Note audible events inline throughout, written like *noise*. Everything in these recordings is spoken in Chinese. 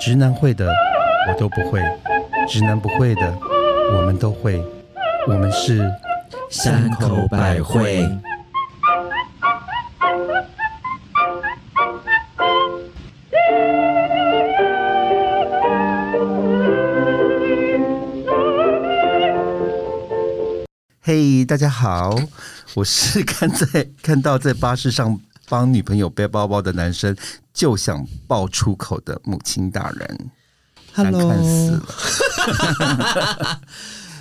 直男会的我都不会，直男不会的我们都会，我们是山口百惠。嘿大家好，我是看在看到在巴士上帮女朋友背包包的男生就想爆出口的母亲大人，难看死了。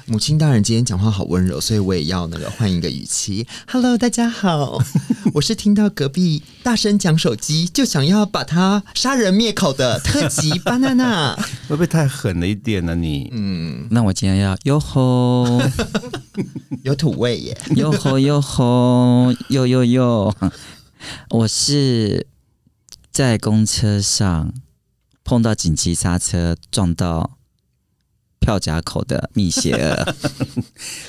母亲大人今天讲话好温柔，所以我也要那个换一个语气。Hello，大家 *laughs* 好，我是听到隔壁大声讲手机，就想要把他杀人灭口的特 *laughs* 级巴娜娜。会不会太狠了一点呢、你、嗯嗯那我今天要哟 *laughs* 吼有土味耶，哟吼哟吼哟哟哟， *laughs* 我是在公车上碰到紧急刹车，撞到票夹口的蜜雪 *laughs* 儿。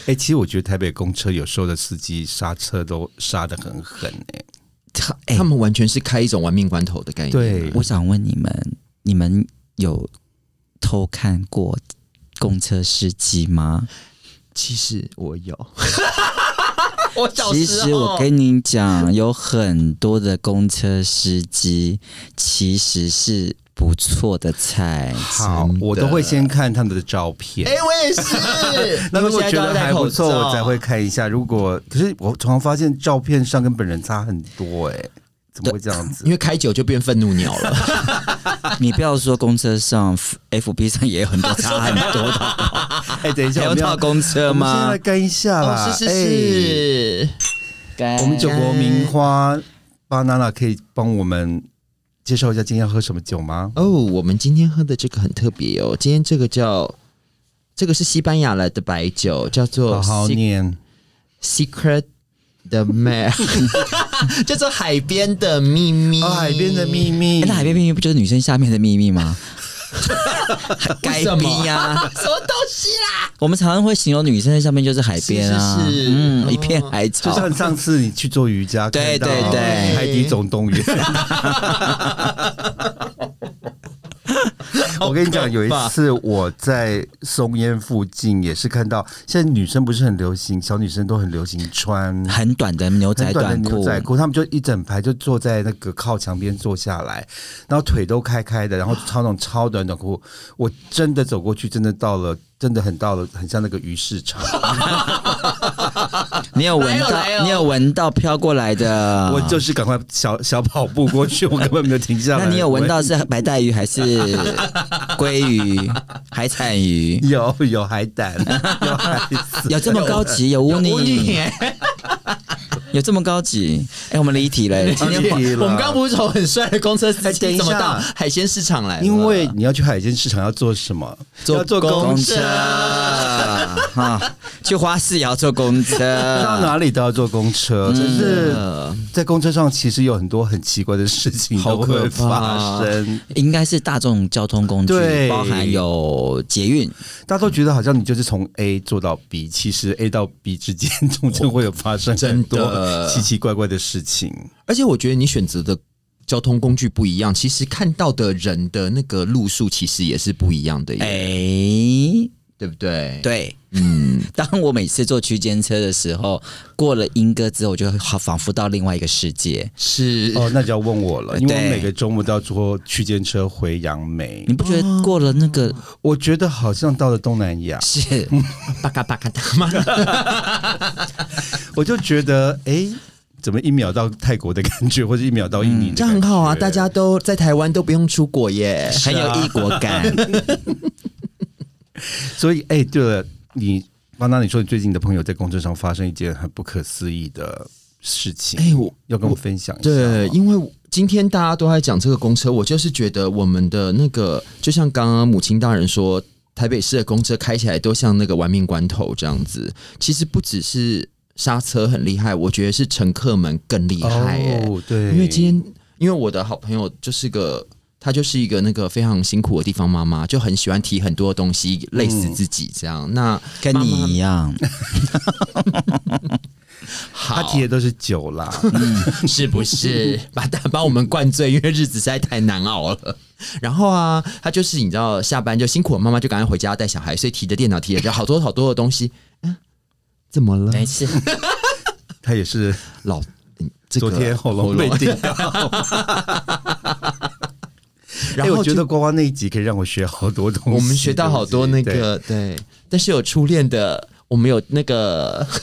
哎、其实我觉得台北公车有时候的司机刹车都刹得很狠哎、他他们完全是开一种玩命关头的概念。啊对我想问你们，你们有偷看过公车司机吗？其实我有，我小其时实候我跟你讲，有很多的公车司机其实是不错的 *laughs* 菜。好，我都会先看他们的照片。。哎、我也是 *laughs* 那如果因为觉得现在都要戴还不口错，罩我才会看一下。如果可是我常常发现照片上跟本人差很多、哎，怎么会这样 *laughs* 因子？为开久就变愤怒鸟 *laughs* 了。你不要说公车上，F-，FB 上也有很多差很多 *laughs* 的，哎、等 *laughs* 一下，还我有们要到公车我们先吗来？干一下啦。哦，是是是，哎我们九国名花巴娜娜可以帮我们介绍一下今天要喝什么酒吗？哦，我们今天喝的这个很特别哦，今天这个叫这个是西班牙来的白酒，叫做好好 Se- 念， Secret the Mar，叫做海边的秘密。哦，海边的秘密哎，那海边秘密不就是女生下面的秘密 *laughs* 吗？为该什么冰呀！什么东西啦？我们常常会形容女生在下面就是海边啊，是是哦是嗯，一片海就草像。上次你去做瑜伽，对看到对对海底总动员。 *laughs* 我跟你讲，有一次我在松烟附近也是看到，现在女生不是很流行，小女生都很流行 *laughs* 穿很短的牛仔很短的短牛裤，仔裤，他们就一整排就坐在那个靠墙边坐下来，然后腿都开开的，然后穿那种超短短裤。我真的走过去，真的到了，真的很到了，很像那个鱼市 *laughs* 场。啊你有闻来哦到来哦？你有闻到飘过来的？我就是赶快小小跑步过去，我根本没有停下来。那你有闻到是白带鱼还是 *laughs* 鲑鱼、海产 *laughs* 鱼？有有海胆， *laughs* 有海死有这么高级？有污有你泥？耶有这么高级？哎、我们离题了。今天离题了我们刚刚不是从很帅的公车司哎等一机下怎么到海鲜市场来了？因为你要去海鲜市场要做什么？要坐公公车啊，去花市也要坐公 *laughs* 到车。哪里都要坐公嗯车，只是在公车上其实有很多很奇怪的事情好都可会怕发生。应该是大众交通工具对，包含有捷运。大家都觉得好像你就是从 A 做到 B，其实 A 到 B 之间中间会有发生很真多的奇奇怪怪的事情。而且我觉得你选择的交通工具不一样，其实看到的人的那个路数其实也是不一样的耶，哎、对不对？，对，嗯，当我每次坐区间车的时候，过了莺歌之后，我就好仿佛到另外一个世界。是。哦，那就要问我了，因为我对每个周末都要坐区间车回杨梅你，不觉得过了那个、我觉得好像到了东南亚，是？巴嘎巴嘎大妈，我就觉得哎。怎么一秒到泰国的感觉，或者一秒到印尼的感觉、这样很好啊！大家都在台湾都不用出国耶。 *laughs* 很有异国感。所以，哎、对了，你刚刚你说你最近你的朋友在公车上发生一件很不可思议的事情，哎我要跟我分享一下哦。 *laughs* 对，因为今天大家都在讲这个公车，我就是觉得我们的那个，就像刚刚母亲大人说，台北市的公车开起来都像那个玩命关头这样子。其实不只是刹车很厉害，我觉得是乘客们更厉害耶、哦，对，哎因为今天，因为我的好朋友就是个，她就是一个那个非常辛苦的地方妈妈，就很喜欢提很多东西累死自己这样。那跟你一样，他好，提的都是酒啦。是不是 *laughs* 把大把我们灌醉？因为日子实在太难熬了。 *laughs* 然后啊，他就是你知道，下班就辛苦了，妈妈就赶快回家带小孩，所以提着电脑提着好多好多的东西。 *laughs* 嗯，怎么了？哎没事，他也是老，嗯 *laughs* 这个昨天喉咙被 *laughs* 叮到。然哎后我觉就得呱呱那一集可以让我学好多东西，我们学到好多那对不对个对，但是有初恋的，我们有那个好。 *laughs*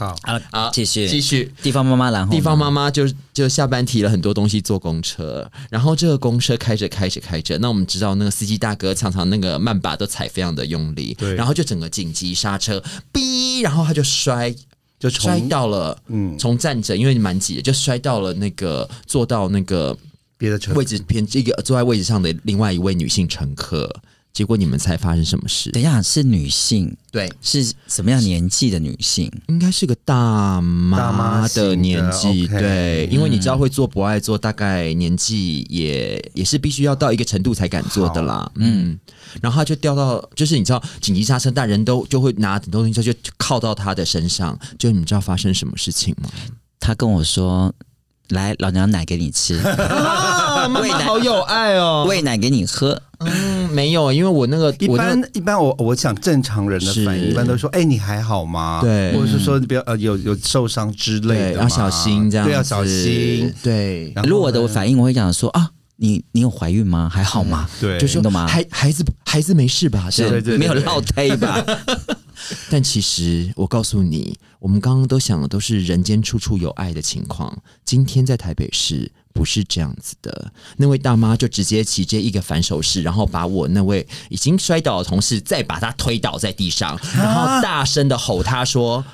好好了，继续，继续。地方妈妈，哦然后呢地方妈妈就就下班提了很多东西坐公车，然后这个公车开着开着开着，那我们知道那个司机大哥常常那个慢把都踩非常的用力，对然后就整个紧急刹车，哔，然后他就摔就摔从到了，嗯从站着因为蛮挤的，就摔到了那个坐到那个别的车位置偏这个坐在位置上的另外一位女性乘客，结果你们猜发生什么事？等一下是女性，对，是什么样年纪的女性？应该是个大大妈妈型的的年纪， OK 嗯对，因为你知道会做不爱做，大概年纪也也是必须要到一个程度才敢做的啦，嗯。然后他就掉到，就是你知道紧急刹车，大人都就会拿很多东西就就靠到他的身上，就你知道发生什么事情吗？她跟我说：“来，老娘奶给你吃，啊，妈妈好有爱哦。喂奶给你喝。嗯，没有，因为我那个一我那般一般我我想正常人的反应是一般都说，哎、你还好吗？对或者是说你不要呃有有受伤之类对的嘛，要小心这样，对，要小心。，对。然后呢如果我的反应，我会讲说：“啊，你你有怀孕吗？还好吗？”对，就说你懂吗孩孩子孩子没事吧？这嗯样对对对没有落胎吧？但其实我告诉你，我们刚刚都想的都是人间处处有爱的情况，今天在台北市不是这样子的。那位大妈就直接起这一个反手势，然后把我那位已经摔倒的同事再把他推倒在地上，然后大声的吼他说。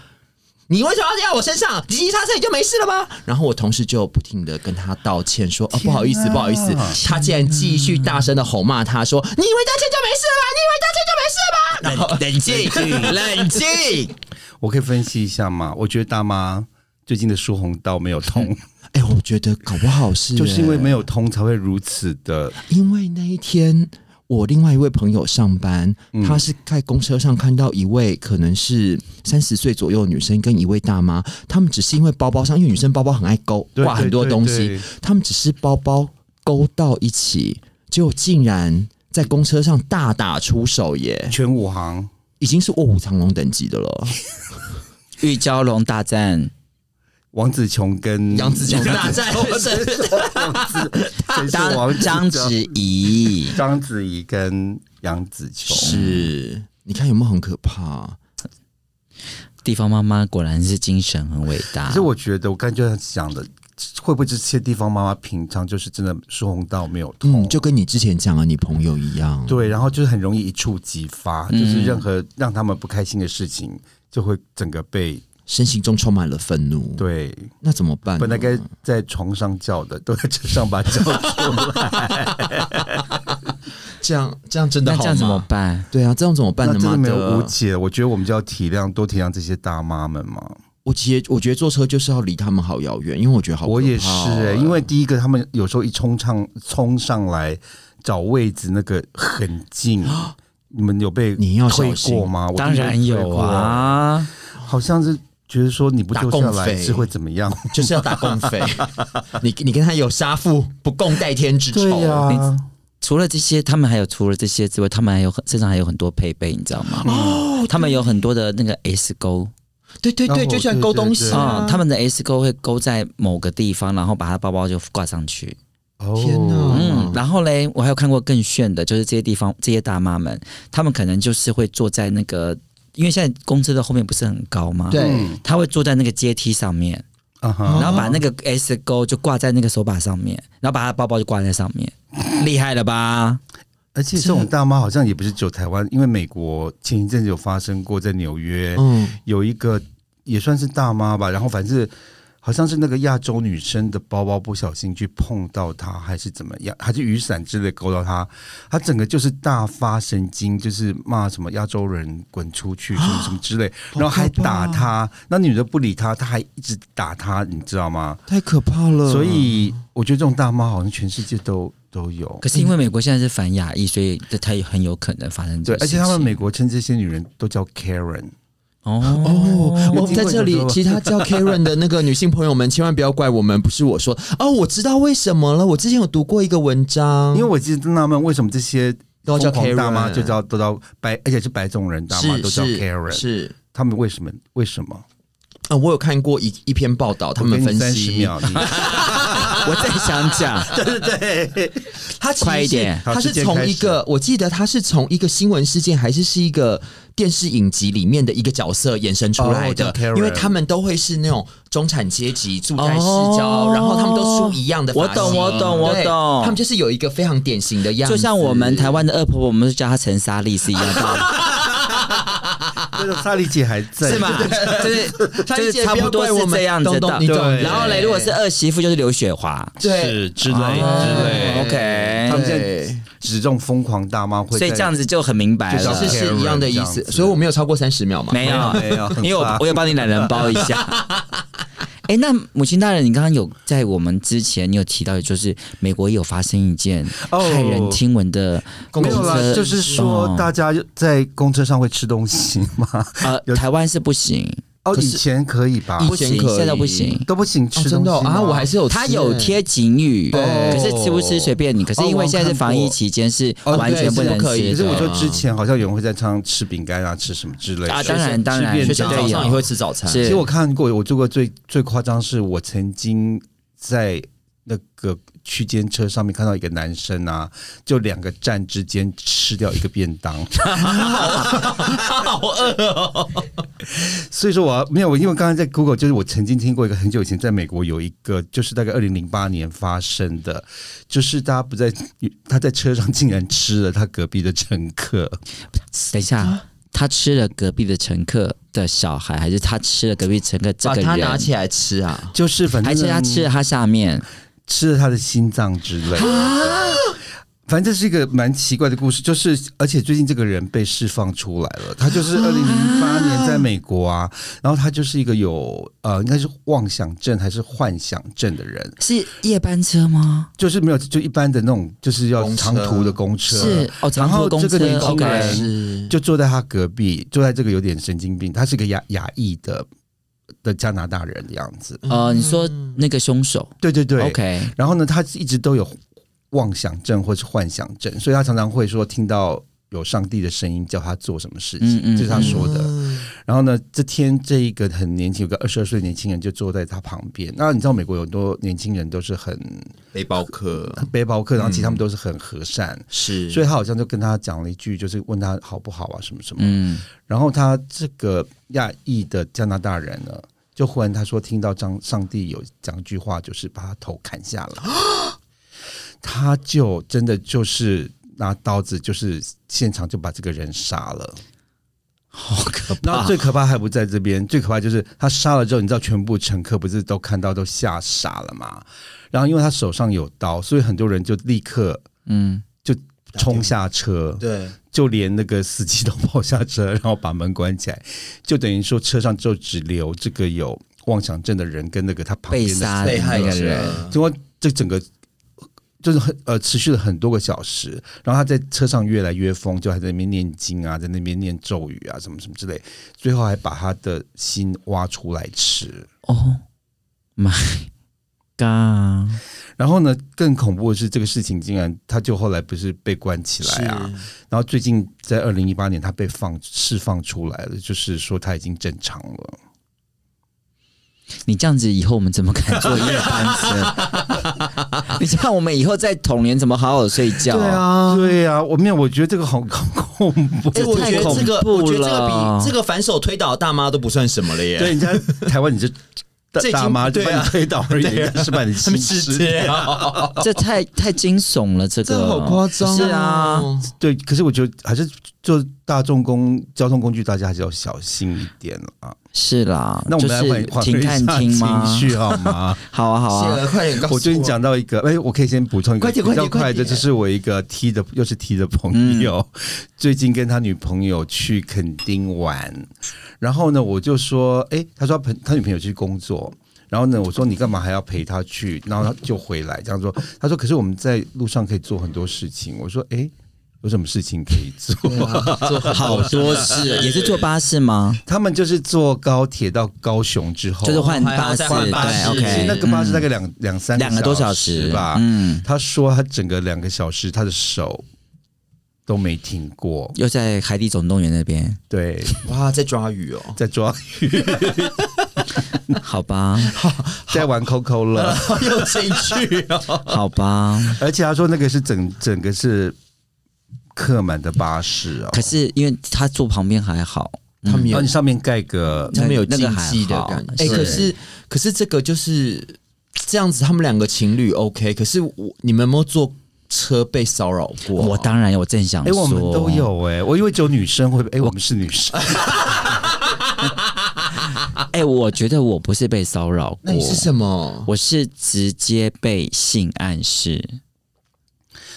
你为什么要掉我身上？紧急刹车你就没事了吗？然后我同事就不停的跟他道歉说：“哦，不好意思，不好意思。”他竟然继续大声的吼骂他说：“你以为道歉就没事了吗？你以为道歉就没事了吗？”然后冷 *laughs* 静，冷静。我可以分析一下嘛？我觉得大妈最近的疏洪道没有通，哎、我觉得搞不好 *laughs* 是、哎就是因为没有通才会如此的因为那一天我另外一位朋友上班，他是在公车上看到一位可能是三十岁左右的女生跟一位大妈，他们只是因为包包上，因为女生包包很爱勾，对挂很多对对东西，对他们只是包包勾到一起，结果竟然。在公车上大打出手耶，全武行。已经是卧虎藏龙等级的了。玉娇龙大战王子琼跟杨紫琼大战 *laughs* 谁是王张子章子怡，章子怡跟杨紫琼是，你看有没有很可怕？啊地方妈妈果然是精神很伟大啊可是。我觉得，我刚才就想的，会不会这些地方妈妈平常就是真的疏洪道没有通？嗯，就跟你之前讲的你朋友一样，对，然后就是很容易一触即发，就是任何让他们不开心的事情，就会整个被身心中充满了愤怒。，对那怎么办呢？本来该在床上叫的， *laughs* 都在车上把它叫 *laughs* 出来，这样，这样真的那好这样怎么吗？办？对啊，这样怎么办那呢？真妈的没有无的，解。我觉得我们就要体谅，多体谅这些大妈们嘛。我其实我觉得坐车就是要离他们好遥远，因为我觉得好可怕哦。我也是、欸，因为第一个他们有时候一冲上冲上来找位置，那个很 *gasps* 近。你们有被你要小推心过吗？我当真的然推有过，啊，好像是觉得说你不丢下打共来匪是会怎么样？ *laughs* 就是要打 *laughs* 共匪，你你跟他有杀父不共戴天之仇。对啊呀、 *laughs* 除了这些，他们还有除了这些之外，他们还有很身上还有很多配备，你知道吗？哦，他们有很多的那个 S 钩对对然后对，就像勾东西对啊、啊，他们的 S 钩会勾在某个地方，然后把他包包就挂上去。哦，天哪嗯嗯，然后嘞，我还有看过更炫的，就是这些地方这些大妈们，她们可能就是会坐在那个，因为现在公车的后面不是很高吗？对嗯她会坐在那个阶梯上面，啊哈，然后把那个 S 钩就挂在那个手把上面，然后把她包包就挂在上面，厉害了吧？而且这种大妈好像也不是只有台湾，因为美国前一阵子有发生过，在纽约、嗯，有一个也算是大妈吧，然后反正好像是那个亚洲女生的包包不小心去碰到她，还是怎么样，还是雨伞之类勾到她，她整个就是大发神经，就是骂什么亚洲人滚出啊去什么什么之类，然后还打她，那女的不理她，她还一直打她，你知道吗？太可怕呃了。所以我觉得这种大妈好像全世界都都有可。是因为美国现在是反亚裔，所以这她也很有可能发生这对，个而事情。且他们美国称这些女人都叫 Karen，哦，我有机在会这里的时，候其他叫 Karen 的那个女性朋友们，千万不要怪我们，不是我说哦，我知道为什么了。我之前有读过一个文章，因为我记得纳闷为什么这些都要叫疯狂 Karen 大妈就叫都叫白，而且是白种人大妈是都叫是 Karen，是他们为什么为什么？啊、我有看过一一篇报道，他们分三十析，秒，你 *laughs* 我在想讲，对对对，他其实是快一点好他是时间从开一始个，我记得他是从一个新闻事件，还是是一个电视影集里面的一个角色衍生出哦来的叫，Karen 因为他们都会是那种中产阶级住在市郊，哦然后他们都梳一样的我发型，懂，我懂，我对懂。他们就是有一个非常典型的样子，就像我们台湾的恶婆婆，我们就叫她陈莎莉是一样的道 *laughs* 理，那个莎莉姐还在是吗？就是莎就莉是姐差不多不要怪我是们这样懂子懂的你。懂对对然后嘞，如果是二媳妇，就是刘雪华。对。是之类之哦类。 OK，他们现在只中疯狂大妈会所在，以这样子就很明白就是是了。是一样的意思， Karen 所以我没有超过三十秒嘛。没有没有没有因为我我有帮你懒人包一 *laughs* 下。哎，那母亲大人，你刚刚有在我们之前，你有提到，就是美国有发生一件哦骇人听闻的公没有啦车，就是说哦大家在公车上会吃东西吗？呃，有台湾是不行，哦，可以是前可以吧？以不前行，可以现在不行。都不请吃哦东真西的哦吗啊，我还是有吃它有欸贴警语，对可是吃不吃随便你。可是因为现在是防疫期间，是哦我完看过全不能哦对吃可是是的。我说之前好像有人会在车上吃饼干啊，吃什么之类的啊当然当然吃学便校当绝早对有上也会吃早餐，是其实我看过，我做过最最夸张，是我曾经在那个区间车上面看到一个男生啊，就两个站之间吃掉一个便 *laughs* 当，好饿哦。所以说我要没有，我因为刚才在 Google，就是我曾经听过一个很久以前在美国有一个，就是大概二零零八年发生的，就是大家不在他在车上竟然吃了他隔壁的乘客，等一下，他吃了隔壁的乘客的小孩，还是他吃了隔壁乘客这把个它拿人？起来吃啊！就是反正还是他吃了他下面？吃了他的心脏之类啊的。反正这是一个蛮奇怪的故事，就是而且最近这个人被释放出来了，他啊就是二零零八年在美国啊，然后他就是一个有呃应该是妄想症还是幻想症的人，是夜班车吗？就是没有就一般的那种就是要公车长途的公车，是哦，长然途后公这车个年轻 OK 人是就坐在他隔壁，坐在这个有点神经病，他是个亚亚裔的的加拿大人的样子，呃，你说那个凶手对对对？OK，然后呢，他一直都有妄想症或是幻想症，所以他常常会说听到有上帝的声音叫他做什么事情，嗯嗯这是他说的。嗯然后呢，这天这一个很年轻，有个二十二岁年轻人就坐在他旁边。那你知道美国有很多年轻人都是很背包客很背包客，然后其实他们都是很和善，嗯是，所以他好像就跟他讲了一句，就是问他好不好啊，什么什么。嗯，然后他这个亚裔的加拿大人呢，就忽然他说听到上上帝有讲一句话，就是把他头砍下 *gasps* 来，他就真的就是拿刀子，就是现场就把这个人杀了。好可然怕后。最可怕还不在这边，最可怕就是他杀了之后，你知道全部乘客不是都看到都吓傻了吗？然后因为他手上有刀，所以很多人就立刻嗯，冲下车，对，就连那个司机都跑下车，然后把门关起来，就等于说车上就只留这个有妄想症的人跟那个他旁边被的杀司机的被害那个者人，结果这整个就是很呃持续了很多个小时，然后他在车上越来越疯，就还在那边念经啊，在那边念咒语啊，什么什么之类，最后还把他的心挖出来吃。哦，My God！然后呢，更恐怖的是这个事情竟然他就后来不是被关起是来啊，然后最近在二零一八年，他被放释放出来了，就是说他已经正常了。你这样子以后我们怎么敢坐夜班车？你像我们以后在统联怎么好好睡觉？对，啊。对呀、我没有，我觉得这个好好恐怖。哎，我这太觉得这个，恐怖我觉得这个了比这个反手推倒大妈都不算什么了耶。对，人家台湾你是大这已经大妈就对把啊你推倒而已，对啊人家是把你他心们是这吃。样，这太太惊悚了，这个这好夸张哦。是啊，对，可是我觉得还是坐大众公交通工具，大家还是要小心一点啊。是啦。那我们来就是缓缓和停一看下听吗？情绪好吗？好啊，好谢啊。了，快点告诉我最近讲到一个，哎，我可以先补充一个快点比较快点快快的，点嗯就是我一个 T 的，又是 T 的朋友， *laughs* 最近跟他女朋友去垦丁玩，然后呢，我就说，哎，他说他朋他女朋友去工作。然后呢，我说你干嘛还要陪他 *laughs* 去？然后他就回来这样说。他说：“可是我们在路上可以做很多事情。”我说：“哎，有什么事情可以做？ *laughs* 做好多事，也是坐巴士吗？他们就是坐高铁到高雄之后，就是换还要巴士，再换巴对士其实，OK，那个巴士大概概两两三两个多小时时吧。嗯，他说他整个两个小时，他的手都没停过，又在海底总动员那边，对，哇，在抓鱼哦，在 *laughs* 抓，好吧，在玩 COCO 了。 *laughs* 又这一句哦，好吧。 *laughs* 而且他说那个是整整个是客满的巴士哦，可是因为他坐旁边还好，他们然有后你上面盖个他们有那禁个还忌的好感觉。哎、对可是可是这个就是这样子，他们两个情侣 OK，可是我你们有没有坐车被骚扰过、啊我当然有，我正想哎、说，我们都。有哎、我以为只有女生会，哎、我们是女生，哎，我觉得我不是被骚扰过，那你是什么？我是直接被性暗示，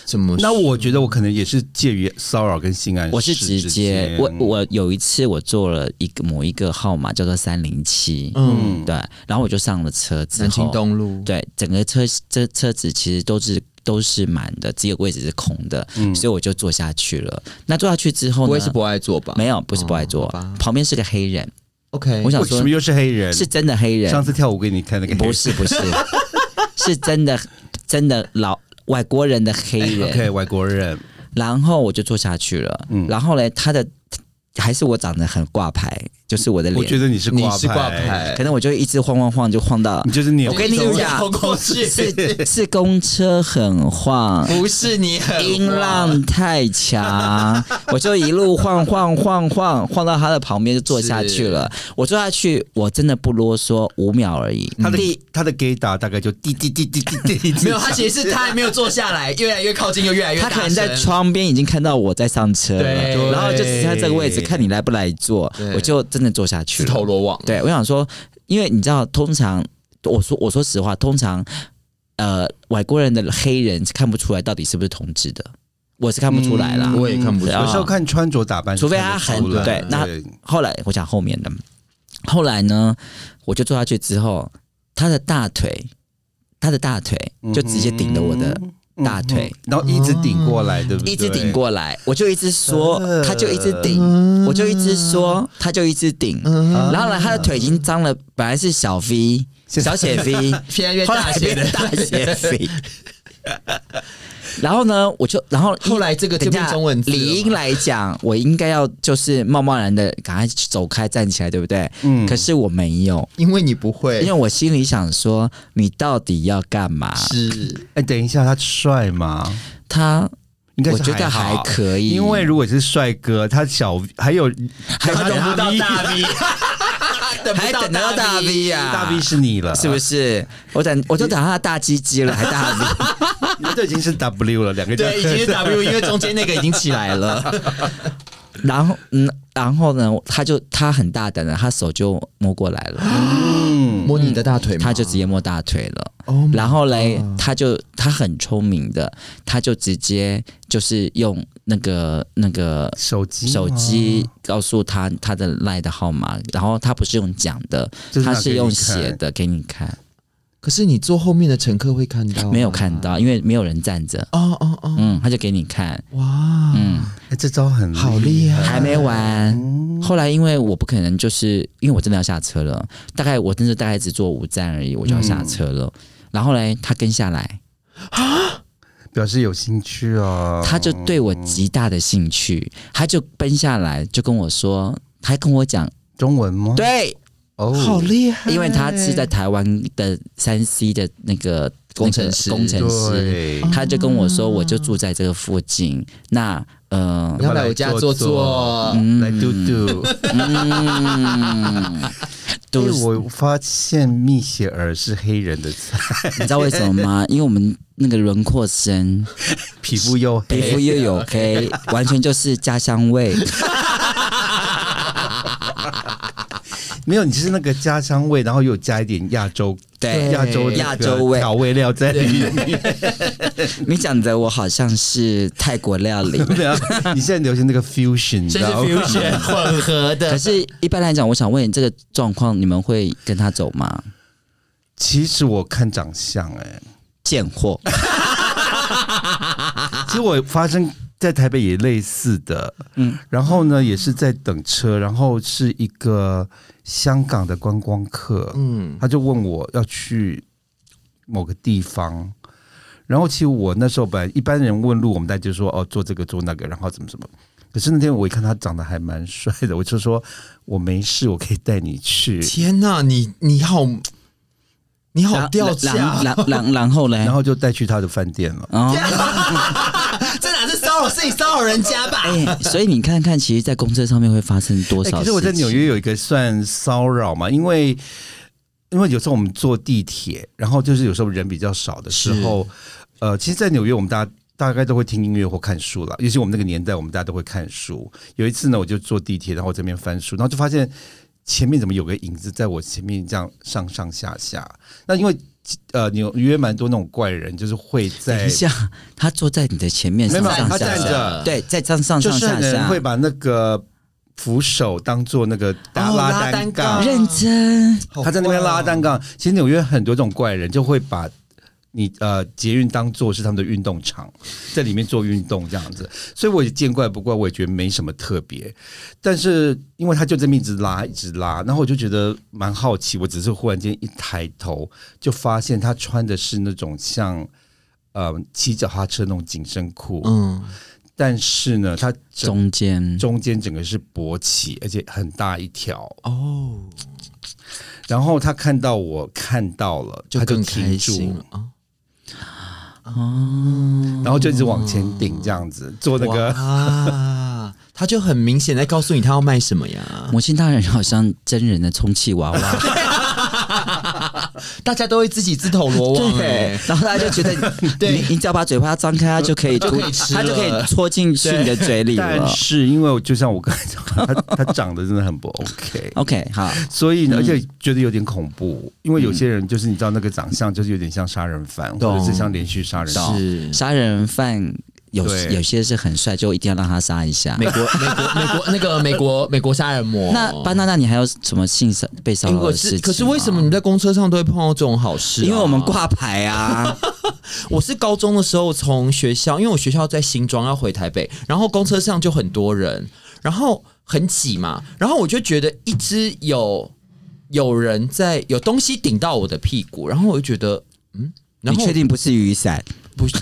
怎么？ *laughs* 那我觉得我可能也是介于骚扰跟性暗示，我是直接，我我有一次我做了一个某一个号码叫做三零七，嗯，对，然后我就上了车之南京后，东路，对，整个车这车子其实都是都是满的，只有位置是空的，嗯所以我就坐下去了。那坐下去之后不呢会？是不爱坐吧？没有，不是不爱坐，哦好吧旁边是个黑人， ，OK，我想为说什么又是黑人？是真的黑人，上次跳舞给你看那个黑 *laughs* 不人是不是，是真的真的老外国人的黑人。 *laughs* 哎，OK，外国人，然后我就坐下去了，嗯然后嘞，他的还是我长得很挂牌，就是我的我觉脸，得你是你挂是挂，牌可，能我就一直晃晃晃就晃到你，就是你，我跟你走讲走过去是是公车很晃。 *laughs* 不是你很音浪太强，我就一路晃晃晃晃晃到他的旁边就坐下去了。我坐下去，我真的不啰嗦，五秒而已。他第的他的 gay 打大概就滴滴滴滴滴滴， *laughs* 没有，他其实是他还没有坐下来，越来越靠近，又越来越他大声。可能在窗边已经看到我在上车对了，然后就只剩下这个位置，对看你来不来坐对，我就真的坐下去是了投。罗网，对，我想说，因为你知道，通常我说我说实话，通常呃外国人的黑人是看不出来到底是不是同志的，我是看不出来啦。嗯我也看不出对啊嗯有时候看穿着打扮是除非看得他很出来对的那后来我讲后面的，后来呢，我就坐下去之后，他的大腿，他的大腿嗯就直接顶着我的大腿。嗯然后一直顶过来，对不对？一直顶过来，我就一直说，呃他就一直顶，我就一直说，他就一直顶。嗯然后呢，他的腿已经脏了，本来是小 V 小写 V，越来越后来大写变的成大写 V。然后呢，我就然后后来这个就等一变下中文字了嘛理应来讲，我应该要就是贸贸然的赶快走开站起来，对不对？嗯可是我没有，因为你不因为会我心里想说，你到底要干嘛？是哎，等一下，他帅吗？他应该是我觉得还还好可以，因为如果是帅哥，他小还有还还等有不大 V， *laughs* V，等还等得到大 V 呀、大 V 是你了，是不是？我等我就等他的大鸡鸡了，还大 V。你们这已经是 W 了，两个对，已经是 W，因为中间那个已经起来 *laughs* 了，然后嗯，然后呢，他就他很大胆的，他手就摸过来了，摸你的大腿吗，嗯他就直接摸大腿了。 Oh my 然后嘞，他就他很聪明的，他就直接就是用那个那个手机吗手机告诉他他的赖的号码，然后他不是用讲的就，是拿他给是用你看写的给你看，哦可是你坐后面的乘客会看到吗，没有看到，因为没有人站着。哦哦哦，嗯，他就给你看，哇，嗯。哎这招很好厉害还没完。后来因为我不可能，就是因为我真的要下车了，大概我真的大概只坐五站而已，我就要下车了。然后嘞，他跟下来，表示有兴趣哦。他就对我极大的兴趣，他就奔下来就跟我说，还跟我讲，中文吗？，对，哦，好厉害，因为他是在台湾的三 C 的那个工程师那个工程师，对，他就跟我说，我就住在这个附近，那呃 *laughs* 你。要来我家坐坐，嗯来嘟嘟。 *laughs* 嗯，因都为是我发现蜜雪儿是黑人的菜，你知道为什么吗？因为我们那个轮廓深，皮肤又皮肤黑，又有黑，完全就是家乡味。没有，你是那个家乡味，然后又加一点亚洲，对亚洲那个亚洲味调味料在里面。你讲的我好像是泰国料理， *laughs* 对啊，你现在流行那个 fusion，你知这是道吗？ fusion *laughs* 混合可的，是一般来讲，我想问你这个状况，你们会跟他走吗？其实我看长相，哎，贱货，其实我发生在台北也类似的，嗯，然后呢也是在等车，然后是一个香港的观光客，嗯他就问我要去某个地方，然后其实我那时候本来一般人问路，我们大家就说哦做这个做那个，然后怎么怎么。可是那天我一看他长得还蛮帅的，我就说我没事，我可以带你去。天哪，你你好，你好掉价然，然然然后嘞哦然，后就带去他的饭店了。哦， *laughs* 啊这哪是骚扰，是你骚扰人家吧？哎，所以你看看，其实，在公车上面会发生多哎，少？可是我在纽，约有一个算骚扰嘛，因为因为有时候我们坐地铁，然后就是有时候人比较少的时候，呃，其实，在纽约我们大家。大概都会听音乐或看书了，尤其我们那个年代，我们大家都会看书。有一次呢，我就坐地铁，然后我这边翻书，然后就发现前面怎么有个影子在我前面这样上上下下。那因为呃纽约蛮多那种怪人，就是会等在一下，他坐在你的前面，没有上没有上他下站下，着，对，在上上就上是下有人下会，把那个扶手当做那个搭哦拉拉单单杠杠，认真，他在那边拉单杠。其实纽约很多这种怪人，就会把你呃捷运当做是他们的运动场，在里面做运动这样子。所以我也见怪不怪，我也觉得没什么特别。但是因为他就这么一直拉，一直拉，然后我就觉得蛮好奇。我只是忽然间一抬头，就发现他穿的是那种像。呃，骑脚踏车那种紧身裤，嗯，但是呢，它整中间中间整个是勃起，而且很大一条。哦，然后他看到我看到了，就他就更停开住心，嗯了啊！然后就一直往前顶这样子，做那个啊，他就很明显在告诉你他要卖什么呀。母亲大人好像真人的充气娃娃，大家都会自己自投罗网哎、然后大家就觉得 *laughs* 你，对你你只要把嘴巴张开，它就可以就吐可以吃它就可以了戳进去你的嘴里但了。是因为我就像我刚才讲，他他长得真的很不 OK， OK，好，所以呢，嗯而且觉得有点恐怖，因为有些人就是你知道那个长相就是有点像杀人犯，或者是像连续杀人犯。是杀人犯有对有些是很帅，就一定要让他杀一下。美国美国美国那个美国美国杀人魔。那巴娜娜，你还有什么性骚被骚哎扰可的事情吗是可是为什么你？在公车上都会碰到这种好事啊、因为我们挂牌啊，我是高中的时候从学校，因为我学校在新庄要回台北，然后公车上就很多人，然后很挤嘛，然后我就觉得一直有有人在有东西顶到我的屁股，然后我就觉得嗯，你 *laughs* 然后确定不是雨 *laughs* 伞？不是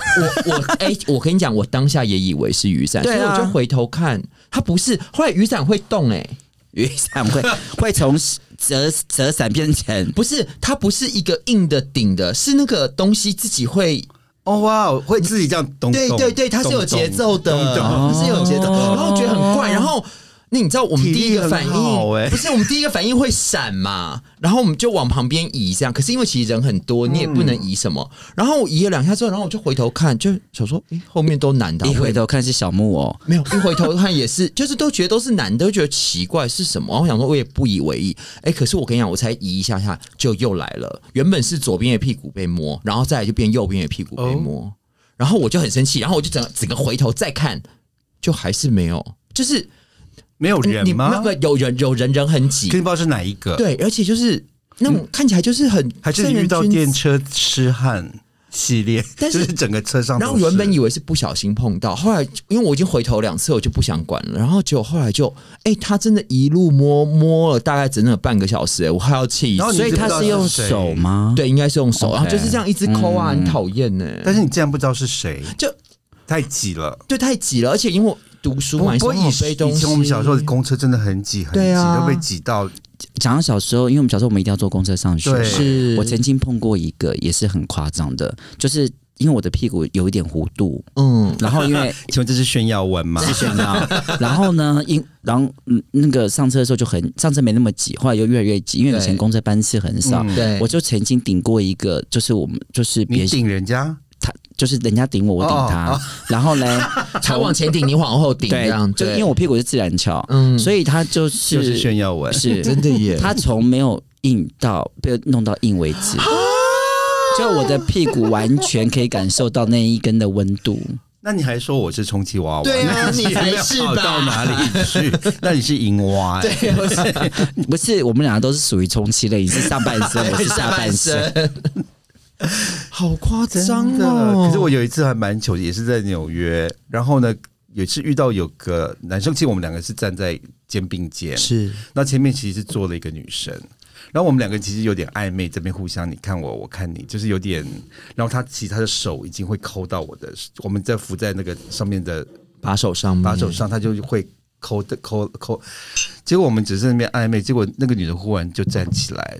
我 *laughs* 我哎、我跟你讲，我当下也以为是雨伞，对啊所以我就回头看，它不是，后来雨伞会动哎、雨伞会 *laughs* 会从折折伞变成不是，它不是一个硬的顶的，是那个东西自己会哦哇，会自己这样咚，对咚对对，它是有节奏的，咚咚它是有节奏，然后觉得很怪，然后。那你知道我们体力第一个反很好应、欸不是我们第一个反应会闪嘛？然后我们就往旁边移这样。可是因为其实人很多，你也不能移什么。然后我移了两下之后，然后我就回头看，就想说，诶、后面都男的啊，一我回也头看是小木偶，没有，一回头看也是， *laughs* 就是都觉得都是男的，就觉得奇怪是什么。然后我想说，我也不以为意。哎、可是我跟你讲，我才移一下下就又来了。原本是左边的屁股被摸，然后再来就变右边的屁股哦被摸，然后我就很生气，然后我就整个整个回头再看，就还是没有，就是没有人你吗？那个有人有人人很可是挤，不知道是哪一个，对，而且就是那种看起来就是很还是你遇到正人君电子车痴汉系列， *laughs* 但就是是整个车上都然是。后原本以为是不小心碰到，后来因为我已经回头两次，我就不想管了。然后结果后来就，哎、他真的一路摸摸了大概整整半个小时、哎，我还要气死然后。你所以知他不知道是用谁手吗？对，应该是用手 OK 然后就是这样一直抠啊，很讨厌呢。嗯但是你竟然不知道是谁，就太挤了。对太挤了，而且因为我读书嘛，不过你以手上有背东以西前我们小时候的公车真的很挤，很挤，对啊都被挤到。讲到小时候，因为我们小时候我们一定要坐公车上学嘛，对是我曾经碰过一个也是很夸张的，就是因为我的屁股有一点弧 *laughs* 度，嗯，然后因为请问这是炫耀文吗？是炫耀，然后呢，因然后嗯那个上车的时候就很上车没那么挤，后来又越来越挤，因为以前对公车班次很少。嗯对，我就曾经顶过一个，就是我们就是别你顶人家，他，就是人家顶我，我顶哦他，哦 *laughs* 然后嘞，他往前顶，你往后顶，这对样，就对因为我屁股是自然翘，嗯所以他就就是是炫耀文。是真的耶，他从没有硬到被弄到硬为啊止，就我的屁股完全可以感受到那一根的温度。那你还说我是充气娃娃？对啊那你才没有是好吧到哪里 *laughs* 去？那你是银蛙、欸。对，我是不是，我们两个都是属于充气类，你是上半身，我是下半身。，好夸张真的哦！可是我有一次还蛮糗的，也是在纽约，然后呢。也是遇到有个男生，其实我们两个是站在肩并肩，是那前面其实是坐了一个女生，然后我们两个其实有点暧昧，这边互相你看我，我看你，就是有点，然后他其实他的手已经会抠到我的，我们在扶在那个上面的把手上面把手，上，他就会抠的抠抠，结果我们只是那边暧昧，结果那个女的忽然就站起来，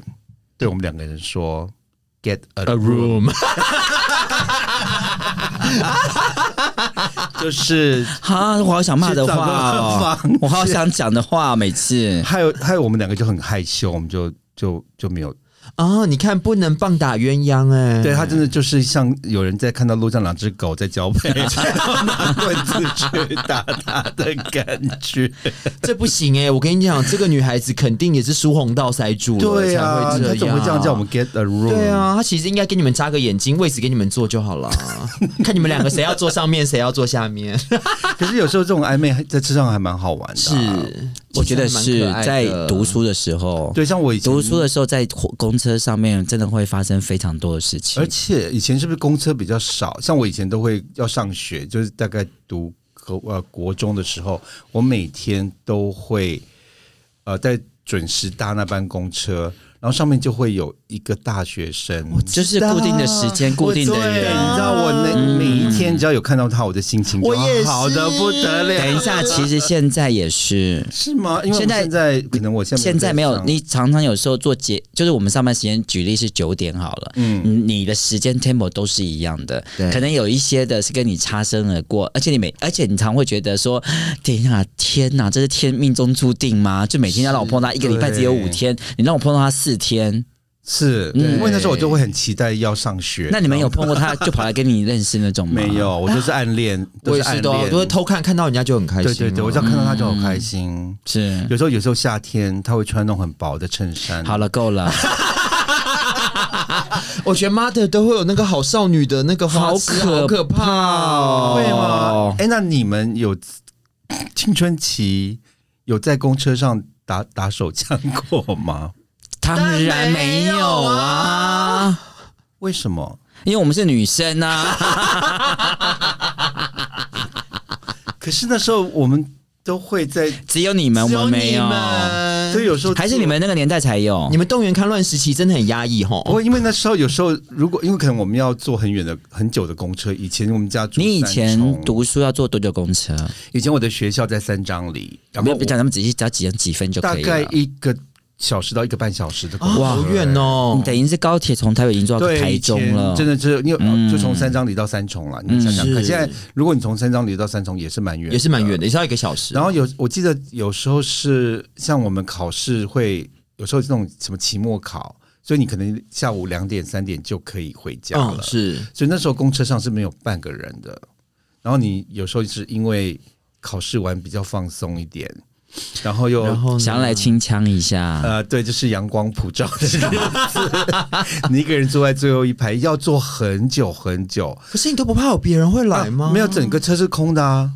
对我们两个人说，get a A room， *laughs* room，就是哈，我好想骂的去找话个哦房间，我好想讲的话，每次还有还有我们两个就很害羞，我们就就就没有啊、你看不能棒打鸳鸯哎、对他真的就是像有人在看到路上两只狗在交配，然后拿棍子去打他的感觉。这不行哎、我跟你讲，这个女孩子肯定也是疏洪道塞住了，对啊，才他会这样。怎么会这样叫我们嗯 get a room？对，啊，她其实应该给你们扎个眼睛，位置给你们坐就好了，看你们两个谁要坐上面，谁要坐下面。可是有时候这种暧昧在车上还蛮好玩的、是，啊。，我觉得是在读。书的时候，对，像我以前读书的时候在火公车上面真的会发生非常多的事情而。且以前是不是公车比较少？像我以前都会要上学，就是大概读和呃国中的时候，我每天都会呃在准时搭那班公车，然后上面就会有一个大学生，就是固定的时间，固定的对，你知人。道我那每一天只要有看到他，我的心情就啊我也是好的不得了。等一下，其实现在也是，是吗？因为我现在现在可能我现在现在没有上，你常常有时候做节，就是我们上班时间，举例是九点好了，嗯，你的时间 tempo 都是一样的，对可能有一些的是跟你擦身而过，而且你每，而且你常会觉得说，天啊，天哪，这是天命中注定吗？就每天要让我碰到他一个礼拜只有五天，你让我碰到他四天，是嗯因为那时候我就会很期待要上学。那你们有嗯碰过他就跑来跟你认识那种吗？没，有？我就是暗恋，我也是是暗都恋，都会偷看，看到人家就很开心啊对了。对对，我只要看到他就好开心。是有时候有时候夏天他会穿那种很薄的衬衫，好了，够了，我觉得 mother 都会有那个好少女的那个花痴好可好可怕哦。会吗？哎，那你们有青春期有在公车上打打手枪过吗？当然没有啊，为什么？因为我们是女生啊， *laughs* 可是那时候我们都会在只有你们，只我有们没你有。们，所以有时候嗯还是你们那个年代才有你？们动员戡乱时期真的很压抑吼。不过因为那时候有时候如果因为可能我们要坐很远的很久的公车，以前我们家住你以三前重读书要坐多久公车？以前我的学校在三张里，然没后有，别讲那么仔细，只要几人几分就我大可以了概。一个小时到一个半小时的公啊，车，好远哦你！等于是高铁从台北已经坐到对，台中以了前，真的是因为、呃嗯就从三张里到三重了，你想想看，是现在如果你从三张里到三重也是蛮远，也是蛮远。的，也是要一个小时。然后有我记得有时候是像我们考试会有时候这种什么期末考，所以你可能下午两点三点就可以回家了，嗯，是所以那时候公车上是没有半个人的。然后你有时候是因为考试完比较放松一点，然后又然后呢想要来清腔一 *laughs* 下。呃，对，就是阳光普照的日子， *laughs* 你一个人坐在最后一排，要坐很久很久，可是你都不怕有别人会来吗？啊没有，整个车是空的啊。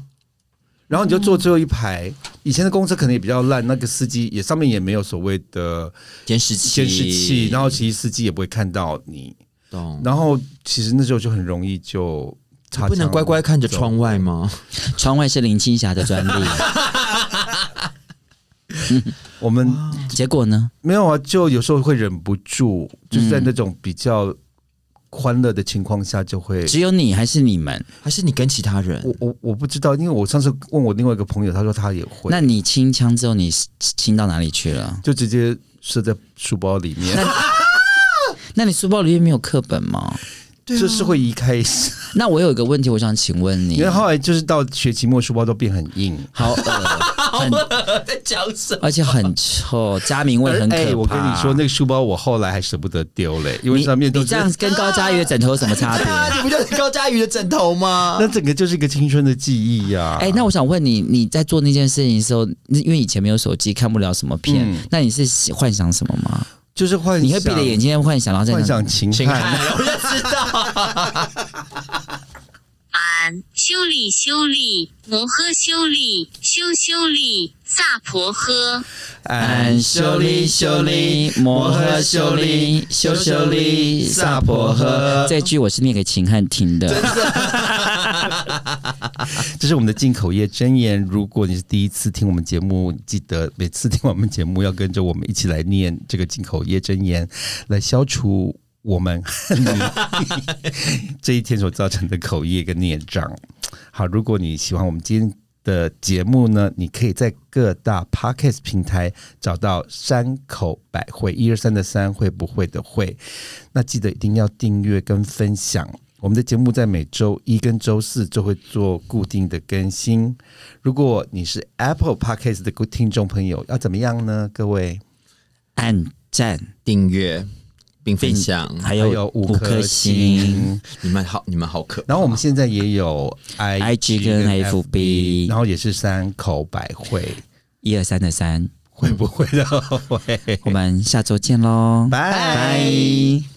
然后你就坐最后一排，以前的公车可能也比较烂，那个司机也上面也没有所谓的监视器，监视器，然后其实司机也不会看到你，懂。然后其实那时候就很容易就擦不能枪乖乖看着走窗外吗？窗外是林青霞的专 *laughs* 利，我们结果呢？没有啊，就有时候会忍不住，就是嗯在那种比较欢乐的情况下，就会。只有你还是你们？还是你跟其他人？我我我不知道，因为我上次问我另外一个朋友，他说他也会，那你清腔之后，你清到哪里去了？就直接射在书包里面，那你书包里面没有课本吗？啊就是会移开一下。那我有一个问题，我想请问你因为。后来就是到学期末，书包都变很硬。 *laughs* 好恶，很在讲什么？而且很臭，佳明味很可而怕。哎我跟你说，那个书包我后来还舍不得丢嘞，因为上面你都你是这样跟高佳瑜的枕头有什么差别？ *laughs* 啊，你不就是 *laughs* 高佳瑜的枕头吗那？整个就是一个青春的记忆啊呀、哦哎、那我想问你，你在做那件事情的时候，那因为以前没有手机，看不了什么片，嗯那你是喜幻想什么吗？就是幻想，你会闭着眼睛幻想，然后再幻想秦秦汉，汉，我就知道。俺修理修理，摩诃修理，修修利萨婆诃。哎俺修利修利摩诃修利修修利萨婆诃。这句我是念给秦汉听的，这是我们的进口业真言。如果你是第一次听我们节目，记得每次听我们节目要跟着我们一起来念这个进口业真言，来消除我们 *laughs* 和你这一天所造成的口业跟孽障。好，如果你喜欢我们今天。的节目呢，你可以在各大 podcast 平台找到山口百惠，一二三的三会不会的会，那记得一定要订阅跟分享。我们的节目在每周一跟周四就会做固定的更新。如果你是 Apple Podcast 的听众朋友，要怎么样呢？各位，按赞订阅并分享。还还有五颗颗星。星。你们好，你们好可。然后我们现在也有 I IG 跟 FB 然后也是山口百惠，一二三的三， *laughs* 会不会的会？我们下周见喽，拜拜。